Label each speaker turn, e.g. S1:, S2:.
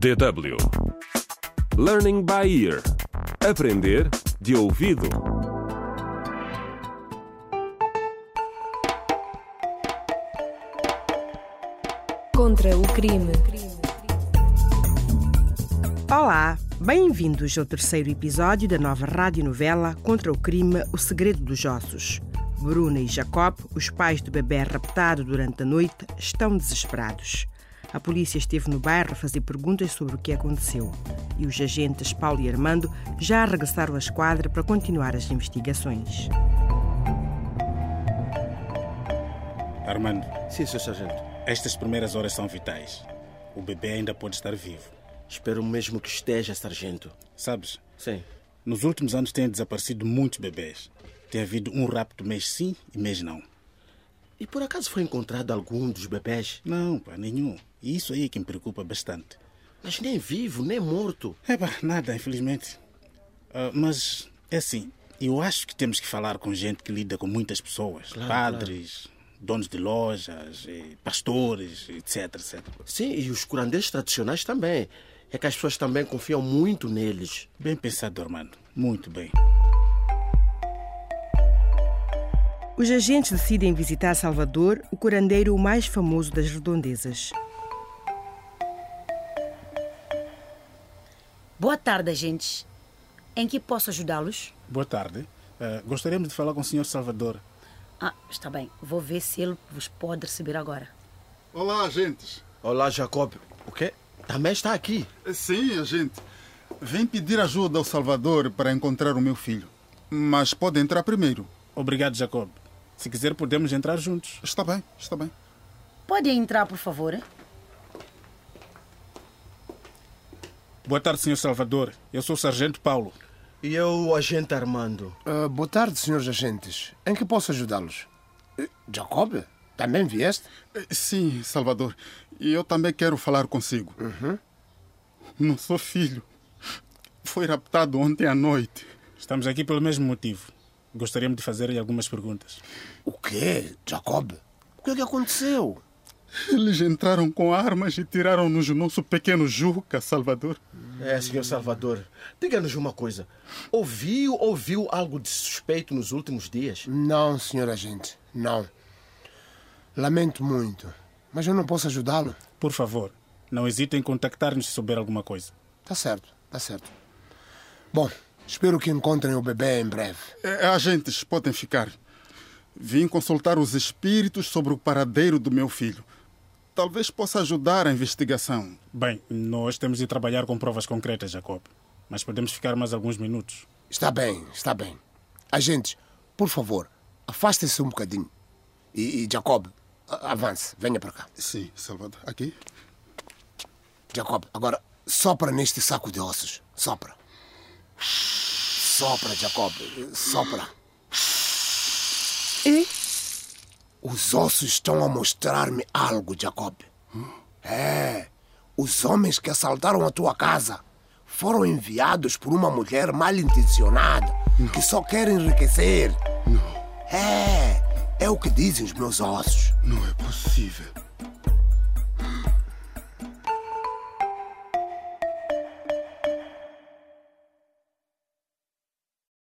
S1: DW Learning by Ear Aprender de ouvido
S2: Contra o crime.
S3: Olá, bem-vindos ao terceiro episódio da nova radionovela Contra o Crime, O Segredo dos Ossos. Bruna e Jacob, os pais do bebê raptado durante a noite, estão desesperados. A polícia esteve no bairro a fazer perguntas sobre o que aconteceu e os agentes Paulo e Armando já regressaram à esquadra para continuar as investigações.
S4: Armando,
S5: Sim, Sr. Sargento.
S4: estas primeiras horas são vitais. O bebê ainda pode estar vivo.
S5: Espero mesmo que esteja, Sargento.
S4: Sabes,
S5: Sim.
S4: nos últimos anos têm desaparecido muitos bebês. Tem havido um rapto mês sim e mês não.
S5: E por acaso foi encontrado algum dos bebés?
S4: Não, pá, nenhum. E isso aí é que me preocupa bastante.
S5: Mas nem vivo, nem morto.
S4: Epá, nada, infelizmente. Ah, mas é assim, eu acho que temos que falar com gente que lida com muitas pessoas.
S5: Claro,
S4: padres, donos de lojas, eh, pastores, etc, etc.
S5: Sim, e os curandeiros tradicionais também. É que as pessoas também confiam muito neles.
S4: Bem pensado, Armando. Muito bem.
S3: Os agentes decidem visitar Salvador, o curandeiro mais famoso das redondezas.
S6: Boa tarde, agentes. Em que posso ajudá-los?
S4: Boa tarde. Ah, gostaríamos de falar com o Sr. Salvador.
S6: Ah, está bem. Vou ver se ele vos pode receber agora.
S7: Olá, agentes.
S5: Olá, Jacob. O quê? Também está aqui.
S7: Sim, agente. Vim pedir ajuda ao Salvador para encontrar o meu filho. Mas pode entrar primeiro.
S4: Obrigado, Jacob. Se quiser, podemos entrar juntos.
S7: Está bem, está bem.
S6: Podem entrar, por favor?
S4: Boa tarde, Sr. Salvador. Eu sou o Sargento Paulo.
S5: E eu, o agente Armando.
S8: Ah, boa tarde, senhores agentes. Em que posso ajudá-los? Eh, Jacob, também vieste?
S7: Eh, Sim, Salvador. E eu também quero falar consigo. Não sou filho. Foi raptado ontem à noite.
S4: Estamos aqui pelo mesmo motivo. Gostaríamos de fazer-lhe algumas perguntas.
S8: O quê, Jacob?
S5: O que é que aconteceu?
S7: Eles entraram com armas e tiraram-nos o nosso pequeno Juca, Salvador.
S5: É, senhor Salvador, diga-nos uma coisa. Ouviu ou viu algo de suspeito nos últimos dias?
S8: Não, senhor agente, não. Lamento muito, mas eu não posso ajudá-lo.
S4: Por favor, não hesitem em contactar-nos se souber alguma coisa.
S8: Tá certo, tá certo. Bom, espero que encontrem o bebê em breve.
S7: Eh, Agentes, podem ficar. Vim consultar os espíritos sobre o paradeiro do meu filho. Talvez possa ajudar a investigação.
S4: Bem, nós temos de trabalhar com provas concretas, Jacob. Mas podemos ficar mais alguns minutos.
S8: Está bem, está bem. Agentes, por favor, afastem-se um bocadinho. E, e Jacob, a- avance, venha para cá.
S7: Sim, Salvador. Aqui?
S8: Jacob, agora sopra neste saco de ossos. Sopra. Sopra, Jacob. Sopra.
S3: E
S8: Os ossos estão a mostrar-me algo, Jacob. É. Os homens que assaltaram a tua casa foram enviados por uma mulher mal intencionada que só quer enriquecer. É. É o que dizem os meus ossos.
S7: Não é possível.